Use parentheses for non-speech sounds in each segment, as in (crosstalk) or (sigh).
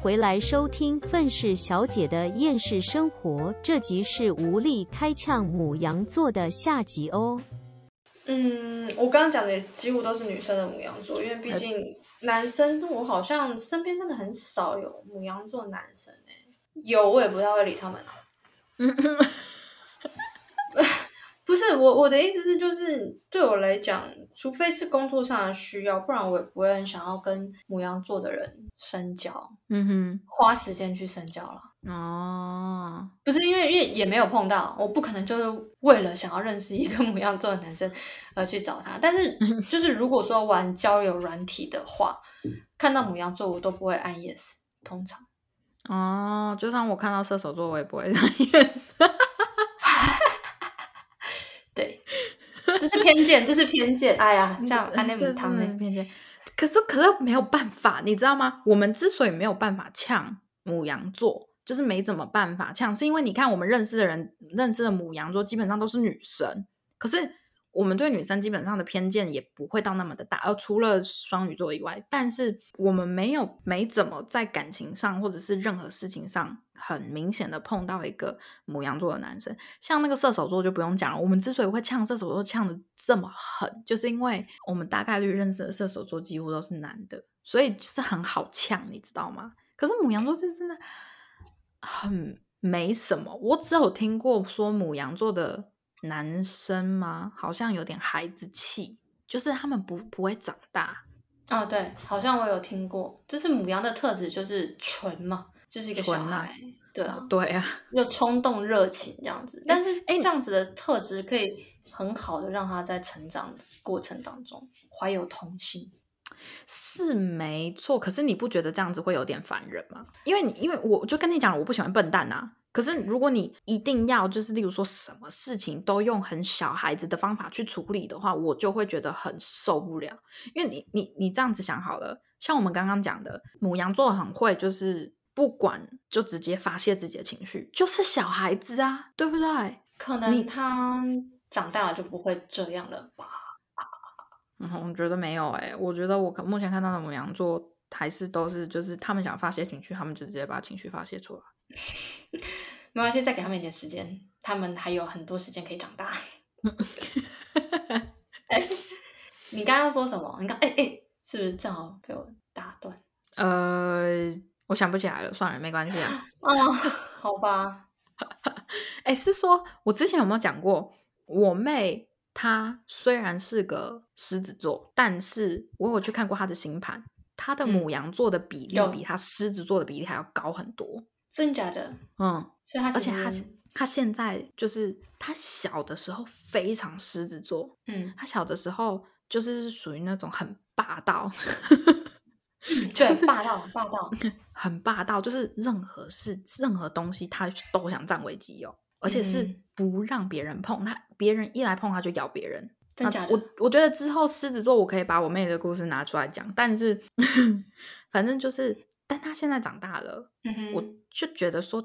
回来收听《愤世小姐的厌世生活》，这集是无力开呛母羊座的下集哦。嗯，我刚刚讲的几乎都是女生的母羊座，因为毕竟男生我好像身边真的很少有母羊座男生哎、有我也不太会理他们啊。不是我我的意思是，就是对我来讲，除非是工作上的需要，不然我也不会很想要跟母羊座的人深交，嗯花时间去深交了。哼，哦，不是因为因为也没有碰到，我不可能就是为了想要认识一个母羊座的男生而去找他。但 (laughs) 是就是如果说玩交友软体的话，看到母羊座我都不会按 yes，通常。哦，就算我看到射手座，我也不会 (laughs) 让眼色。对，这是偏见，这是偏见。哎呀， (laughs) 这样安安内米他唐嗯们是内，偏见。可是可是没有办法，你知道吗？我们之所以没有办法呛母羊座，就是没怎么办法呛，是因为你看我们认识的人，认识的母羊座基本上都是女生，可是我们对女生基本上的偏见也不会到那么的大，呃，除了双鱼座以外，但是我们没有没怎么在感情上或者是任何事情上很明显的碰到一个母羊座的男生。像那个射手座就不用讲了，我们之所以会呛射手座呛的这么狠，就是因为我们大概率认识的射手座几乎都是男的，所以就是很好呛，你知道吗？可是母羊座就是呢，很没什么。我只有听过说母羊座的男生吗？好像有点孩子气，就是他们不不会长大，啊，对，好像我有听过，就是母羊的特质就是纯嘛，就是一个小纯啊孩，对啊，对啊，又冲动热情这样子。但是哎这样子的特质可以很好的让他在成长的过程当中怀有童心。是没错。可是你不觉得这样子会有点烦人吗？因为你因为我就跟你讲了，我不喜欢笨蛋啊。可是如果你一定要就是例如说什么事情都用很小孩子的方法去处理的话，我就会觉得很受不了。因为你你你这样子想好了，像我们刚刚讲的，母羊座很会就是不管就直接发泄自己的情绪，就是小孩子啊，对不对？可你能他长大了就不会这样了吧？嗯，我觉得没有诶、我觉得我可目前看到的母羊座还是都是就是他们想发泄情绪，他们就直接把情绪发泄出来。没关系，再给他们一点时间，他们还有很多时间可以长大。嗯 (laughs) 你刚刚要说什么？你刚哎哎，是不是正好被我打断？呃，我想不起来了，算了，没关系啊。哦， (laughs) 好吧，诶，是说我之前有没有讲过，我妹她虽然是个狮子座，但是我有去看过她的星盘，她的嗯母羊座的比例有比她狮子座的比例还要高很多。真假的？嗯，所以他而其且她实是她现在就是她小的时候非常狮子座， (clears throat) 嗯，他小的时候就是属于那种很霸道， (laughs) 对，霸道霸 (clears throat) 道，很霸道，就是任何事、任何东西他都想占为己有，而且是嗯不让别人碰他，别人一来碰他就咬别人。真那假的？啊我我觉得之后狮子座我可以把我妹的故事拿出来讲，但是 (laughs) 反正就是，但她现在长大了，嗯哼我就觉得说，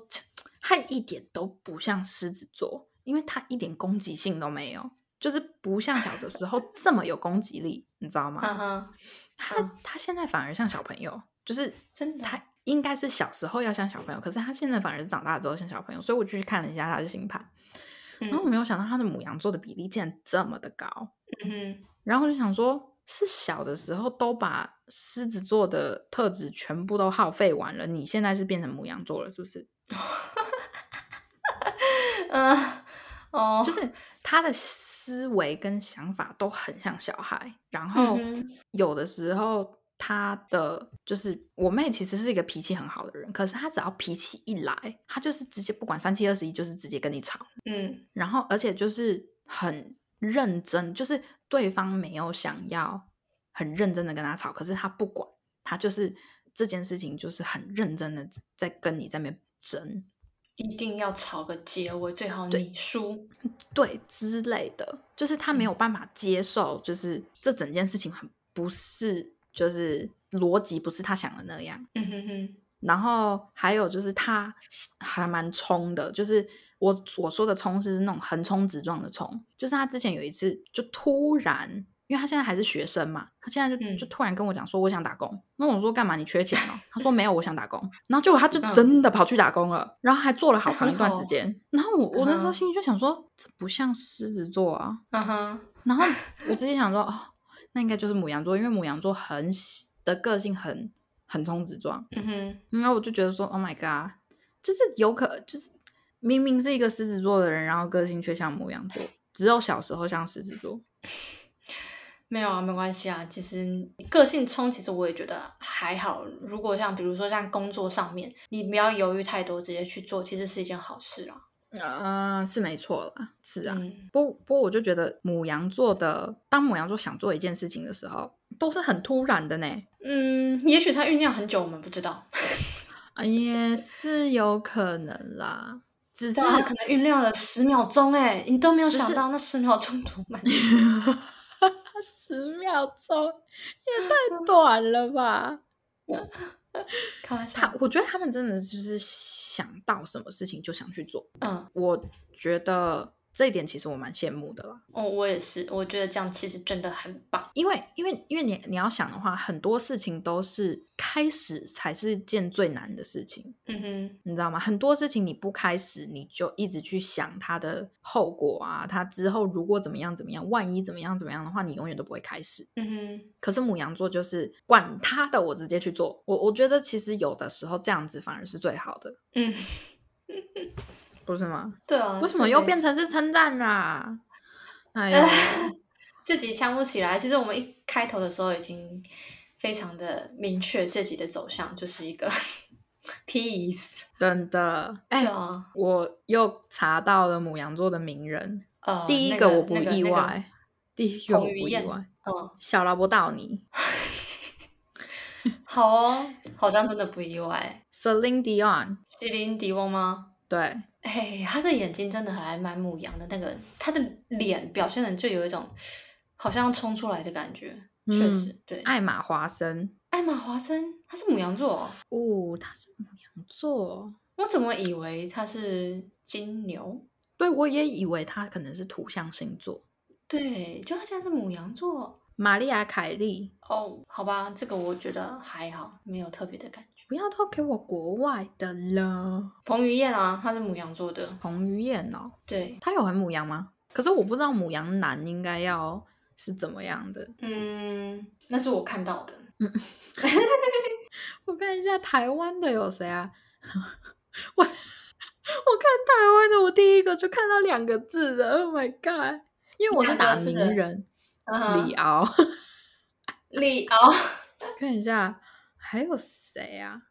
她一点都不像狮子座，因为她一点攻击性都没有，就是不像小的时候这么有攻击力，你知道吗？哈哈，他嗯他现在反而像小朋友，就是真的啊他应该是小时候要像小朋友，可是他现在反而是长大之后像小朋友，所以我就去看了一下他的星盘，嗯然后我没有想到他的母羊座的比例竟然这么的高，嗯哼，然后我就想说，是小的时候都把狮子座的特质全部都耗费完了，你现在是变成母羊座了，是不是？嗯、哦，就是他的思维跟想法都很像小孩，然后嗯有的时候他的就是我妹其实是一个脾气很好的人，可是她只要脾气一来，她就是直接不管三七二十一，就是直接跟你吵，嗯然后而且就是很认真，就是对方没有想要很认真的跟他吵，可是他不管，他就是这件事情就是很认真的在跟你在那边争，一定要吵个结尾，最好对你输。对之类的，就是他没有办法接受，就是这整件事情很不是，就是逻辑不是他想的那样。嗯哼哼，然后还有就是他还蛮冲的，就是我我说的冲是那种横冲直撞的冲，就是他之前有一次就突然，因因为他现在还是学生嘛，他现在就嗯就突然跟我讲说我想打工，那我说干嘛？你缺钱哦？他说没有，我想打工。然后结果他就真的跑去打工了，然后还做了好哎长一很段好时间。然后我我那时候嗯心里就想说，这不像狮子座啊。嗯哼，然后我之前想说，哦，那应该就是母羊座，因为母羊座很喜的个性很横冲直撞。嗯哼，然后我就觉得说，Oh my god，就是有可就是明明是一个狮子座的人，然后个性却像母羊座，只有小时候像狮子座。没有啊，没关系啊。其实个性冲，其实我也觉得还好。如果像比如说像工作上面，你不要犹豫太多，直接去做，其实是一件好事啊。啊、是没错啦，是啊。嗯不不过我就觉得母羊座的，当母羊座想做一件事情的时候，都是很突然的呢。嗯，也许它酝酿很久，我们不知道，啊，也是有可能啦，只是但它啊可能酝酿了十秒钟，哎，你都没有只想是到那十秒钟怎么办？ (laughs) 十秒钟也太短了吧？开玩笑他，，我觉得他们真的就是想到什么事情就想去做，嗯，我觉得这一点其实我蛮羡慕的啦。哦，我也是，我觉得这样其实真的很棒。因为，因为，因为你你要想的话，很多事情都是开始才是件最难的事情，嗯哼，你知道吗？很多事情你不开始，你就一直去想它的后果啊，它之后如果怎么样怎么样，万一怎么样怎么样的话，你永远都不会开始。嗯哼，可是母羊座就是管他的，我直接去做。我我觉得其实有的时候这样子反而是最好的，嗯，不是吗？对啊。为什是么又没变成是称赞啦？哎 (laughs) 呦，自己呛不起来。其实我们一开头的时候已经非常的明确自己的走向，就是一个 (laughs) peace。真的哎对，啊，我又查到了母羊座的名人，呃，第一那个个我不那个意那个外，第一个我彭不于意晏外，嗯，小劳勃道尼好哦，好像真的不意外。 ，Celine Dion，西林迪翁吗？对，哎，他的眼睛真的还蛮母羊的，那个他的脸表现的就有一种好像要冲出来的感觉。嗯确实，对，艾艾玛华森，玛华森，她是母羊座哦、哦，他是母羊座，我怎么以为她是金牛？对我也以为他可能是土象星座。对，就她现在是母羊座，玛丽亚·凯莉，哦，好吧，这个我觉得还好，没有特别的感觉。不要都给我国外的了。彭于晏啊，他是母羊座的，彭于晏哦，对，他有很母羊吗？可是我不知道母羊男应该要是怎么样的。嗯，那是我看到的。我看一下台湾的有谁啊？我 (laughs) 我看台湾的，我第一个就看到两个字的，Oh my god！因为我是打两个字名的人嗯哼李敖，李哦敖，看一下还有谁啊？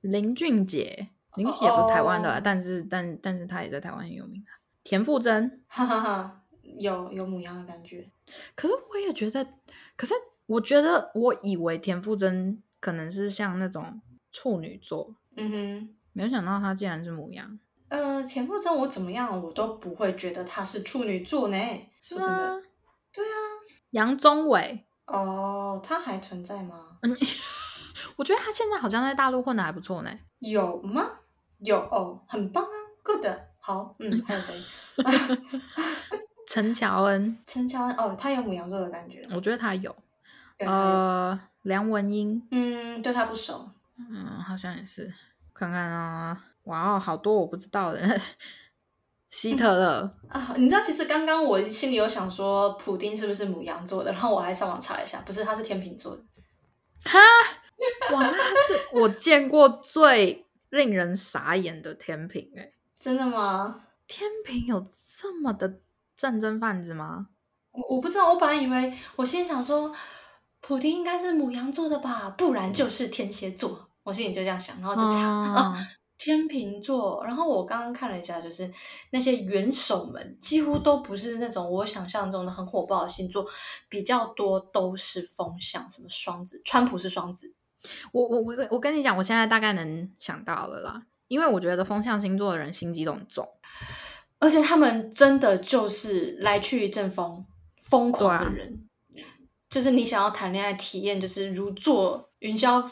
林俊杰，林俊杰哦不是台湾的啦但是但但是他也在台湾很有名啊。田馥甄，哈哈哈，有有母羊的感觉。可是我也觉得，可是我觉得我以为田馥甄可能是像那种处女座，嗯哼，没有想到她竟然是母羊。呃，田馥甄我怎么样，我都不会觉得她是处女座呢。说真的，啊对啊。杨宗纬，哦，她还存在吗？嗯，我觉得他现在好像在大陆混的还不错呢。有吗？有哦，很棒啊，good，好，嗯，还有谁？ (laughs) 陈乔恩，陈乔恩，哦，她有母羊座的感觉。我觉得他有。对她有呃，梁文音，嗯，对她不熟。嗯，好像也是。看看啊，哇哦，好多我不知道的人。 (laughs) 希 (laughs) 特勒，啊，你知道，其实刚刚我心里有想说，普丁是不是母羊座的？然后我还上网查一下，不是，他是天秤座的。哇，那他是我见过最令人傻眼的天平哎、真的吗？天平有这么的战争贩子吗？我我不知道，我本来以为，我心里想说，普丁应该是母羊座的吧，不然就是天蝎座。我心里就这样想，然后就查、啊，啊，天秤座。然后我刚刚看了一下，就是那些元首们几乎都不是那种我想象中的很火爆的星座，比较多都是风象，什么双子，川普是双子， (laughs) 我我我跟我跟你讲，我现在大概能想到了啦，因为我觉得风象星座的人心机都很重。而且他们真的就是来去一阵风，疯狂的对啊人，就是你想要谈恋爱体验，就是如坐云霄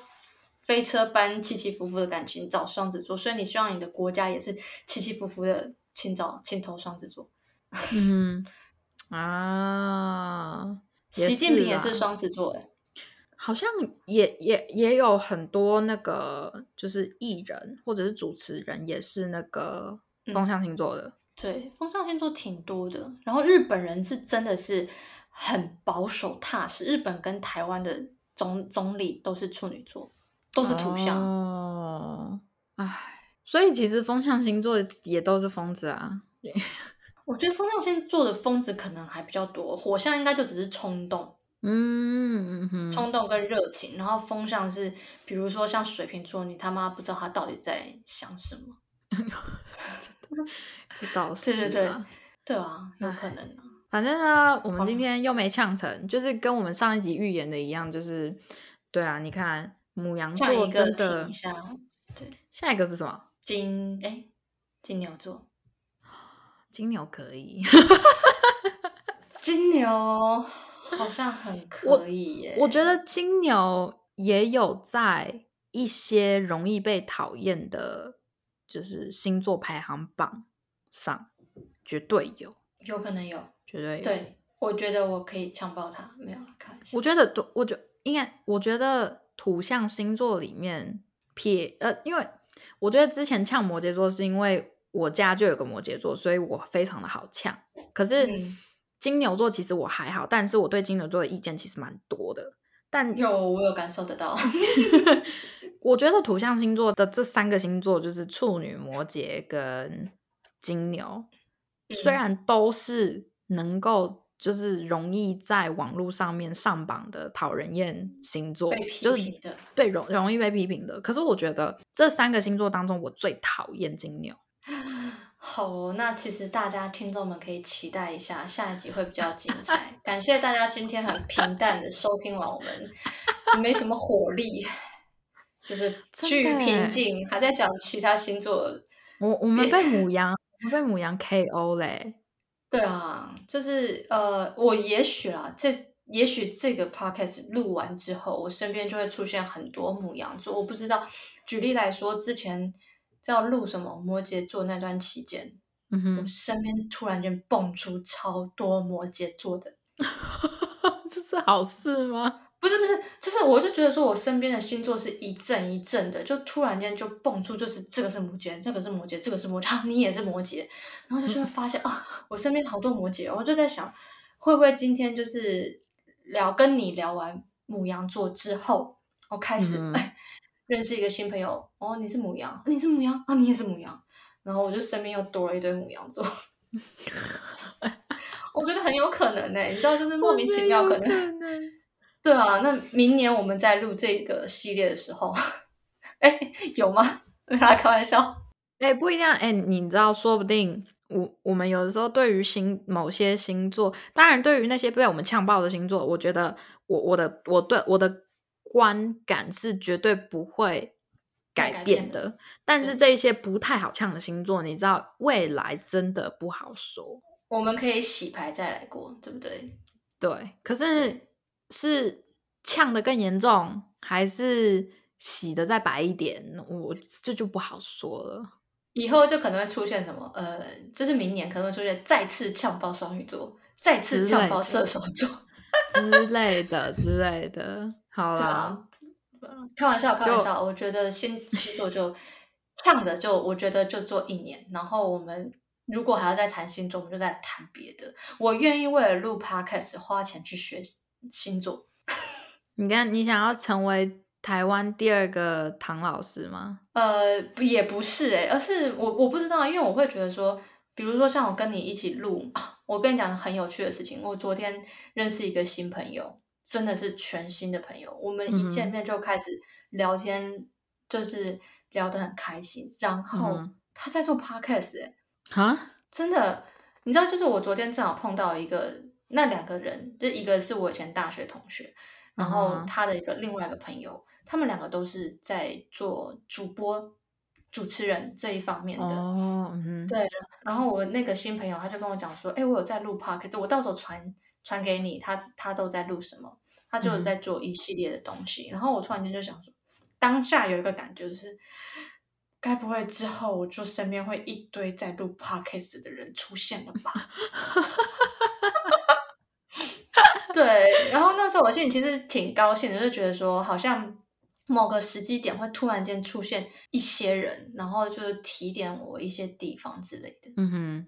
飞车般起起伏伏的感情，找双子座。所以你希望你的国家也是起起伏伏的，嗯请找请投双子座。 (laughs) 嗯啊，也习近平也是是啦双子座哎的，好像也也也有很多那个就是艺人或者是主持人也是那个嗯风象星座的，对，风象星座挺多的。然后日本人是真的是很保守踏实，日本跟台湾的总总理都是处女座，都都是土象。哦，唉，所以其实风象星座也都是疯子啊。我觉得风象星座的疯子可能还比较多，火象应该就只是冲动，嗯嗯哼，冲动跟热情。然后风象是，比如说像水瓶座，你他妈不知道他到底在想什么。这倒是、对啊。对对，对啊，有可能啊。反正呢，我们好今了天又没呛成，就是跟我们上一集预言的一样，就是对啊，你看母羊下座一个真提的一，下下一个是什么？金哎金牛座，金牛可以，金牛好像很我可以耶。 (laughs) 我觉得金牛也有在一些容易被讨厌的，就是星座排行榜上，绝对有，有可能有。绝对有。对，我觉得我可以强暴他，没有了，开玩笑。我觉得都，我觉应该，我觉得土象星座里面撇呃，因为我觉得之前呛摩羯座是因为我家就有个摩羯座，所以我非常的好呛。可是嗯金牛座其实我还好，但是我对金牛座的意见其实蛮多的。但有，我有感受得到。我觉得土象星座的这三个星座就是处女、摩羯跟金牛，虽嗯然都是能够就是容易在网络上面上榜的讨人厌星座被，批就是评的对容容易被批评的。可是我觉得这三个星座当中，我最讨厌金牛。好哦，那其实大家听众们可以期待一下，下一集会比较精 (laughs) 彩。感谢大家今天很平淡的收听完我们，没什么火力，就是 (laughs) 真巨的耶平静，还在讲其他星座。我我们别被母羊，我们被母羊 KO 嘞。对啊，就是呃，我也许啦，这也许这个 podcast 录完之后，我身边就会出现很多母羊座，我不知道。举例来说，之前要录什么摩羯座那段期间，嗯我哼， (laughs) 身边突然间蹦出超多摩羯座的，这是好事吗？不是不是，就是我就觉得说我身边的星座是一阵一阵的，就突然间就蹦出，就是这个是摩羯，这个是摩羯，这个是摩羯，啊 (laughs) 你也是摩羯，然后就是会发现啊，我身边好多摩羯，哦我就在想，会不会今天就是聊跟你聊完母羊座之后，我开始、哎嗯认识一个新朋友，哦，你是母羊，你是母羊啊，你也是母羊，然后我就身边又多了一堆母羊座。 (laughs) 我觉得很有可能呢、欸你知道，就是莫名其哦妙，可能能。对啊，那明年我们在录这个系列的时候，哎，有吗？ (laughs) 没啦，开玩笑。哎、不一定啊！哎、你知道，说不定我我们有的时候对于星某些星座，当然对于那些被我们呛爆的星座，我觉得我我的我对我的观感是绝对不会改改变变的。但是这一些不太好呛的星座，你知道，未来真的不好说。我们可以洗牌再来过，对不对？对，可是是呛的更严重，还是洗的再白一点？我这就不好说了。以后就可能会出现什么？呃，就是明年可能会出现再次呛爆双鱼座，再次之呛类爆的射手座， (laughs) 之类的之类的。好对啊啦，吧？开玩笑，开就玩笑。我觉得新星座就呛着就，我觉得就做一年，然后我们如果还要再谈星座，我们就再谈别的。我愿意为了录 podcast 花钱去学星座。你看，你想要成为台湾第二个唐老师吗？呃，不也不是诶、而是我我不知道，因为我会觉得说，比如说像我跟你一起录，啊我跟你讲很有趣的事情，我昨天认识一个新朋友，真的是全新的朋友，我们嗯一哼见面就开始聊天，就是聊得很开心，然后嗯他在做 podcast 欸诶、啊，真的，你知道，就是我昨天正好碰到一个那两个人，就一个是我以前大学同学，然嗯后哼他的一个另外一个朋友，他们两个都是在做主播、主持人这一方面的。哦，嗯哼，对然后我那个新朋友他就跟我讲说，哎，我有在录 p o d c a s 我到时候传传给你，他他都在录什么，他就嗯有哼在做一系列的东西。然后我突然间就想说，当下有一个感觉就是，该不会之后我就身边会一堆在录 (laughs) podcast 的人出现了吧？对，然后那时候我心里其实挺高兴的，就觉得说好像某个时机点会突然间出现一些人，然后就是提点我一些地方之类的。嗯哼，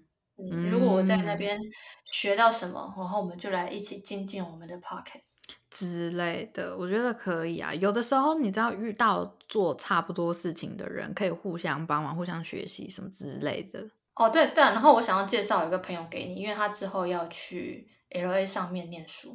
嗯，如果我在那嗯边学到什么，然后我们就来一起精进我们的 podcast。之类的，我觉得可以啊。有的时候，你知道遇到做差不多事情的人，可以互相帮忙、互相学习什么之类的。哦，对对，然后我想要介绍一个朋友给你，因为他之后要去 L A 上面念书。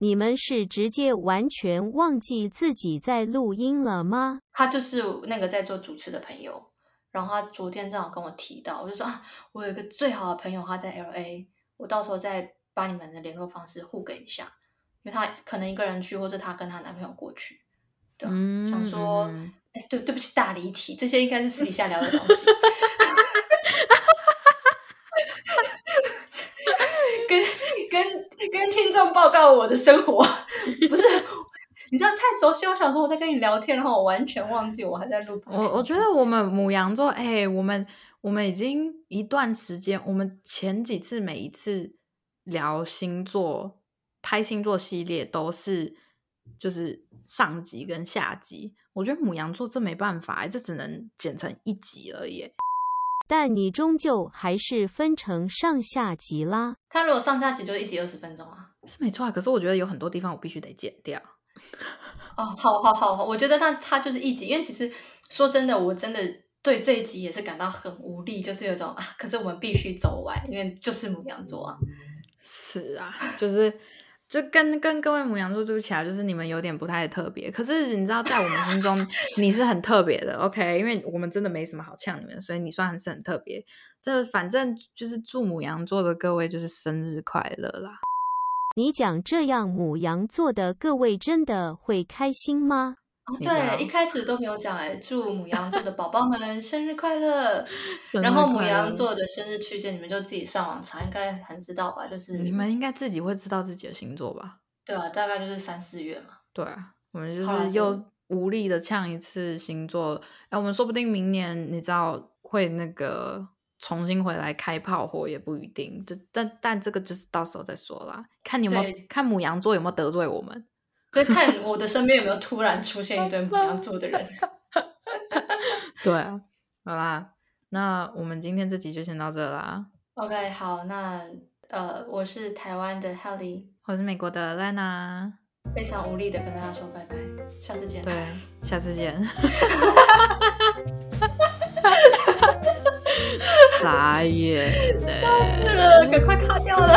你们是直接完全忘记自己在录音了吗？他就是那个在做主持的朋友，然后他昨天正好跟我提到，我就说啊，我有一个最好的朋友，他在 L A，我到时候再把你们的联络方式互给一下，因为他可能一个人去，或者他跟她男朋友过去，对啊嗯，想说，哎、嗯对，对不起，大离题，这些应该是私底下聊的东西。 (laughs) 跟跟跟听众报告我的生活，不是，你知道太熟悉，我想说我在跟你聊天，然后我完全忘记我还在录 podcast。我我觉得我们母羊座，哎、我们我们已经一段时间，我们前几次每一次聊星座、拍星座系列都是就是上集跟下集。我觉得母羊座这没办法、哎这只能剪成一集而已、哎但你终究还是分成上下集啦。他如果上下集就是一集二十分钟啊。是没错啊。可是我觉得有很多地方我必须得剪掉。哦，好好好好，我觉得他他就是一集，因为其实说真的，我真的对这一集也是感到很无力，就是有种啊，可是我们必须走完，因为就是母羊座啊。是啊，就是就跟跟各位母羊座对不起啊，就是你们有点不太特别。可是你知道，在我们心中你是很特别的，OK？因为我们真的没什么好呛你们的，所以你算是很特别。这反正就是祝母羊座的各位就是生日快乐啦！你讲这样母羊座的各位真的会开心吗？哦你知道对，一开始都没有讲哎，祝母羊座的宝宝们生日快乐。 (laughs) 生日然后母快乐羊座的生日区间，你们就自己上网查，应该很知道吧？就是你们应该自己会知道自己的星座吧？对啊，大概就是三四月嘛。对啊，我们就好啦是就又无力的呛一次星座。哎，我们说不定明年你知道会那个重新回来开炮火也不一定。这但但这个就是到时候再说啦，看你有没有对看母羊座有没有得罪我们。所以看我的身边有没有突然出现一堆母羊座 (laughs) 的人。对啊， (laughs) 好啦，那我们今天这集就先到这啦。 OK，好，那呃，我是台湾的 Helly，我是美国的赖娜，非常无力的跟大家说拜拜，下次见。对，下次见。 (laughs) 傻眼。是了，赶快卡掉了。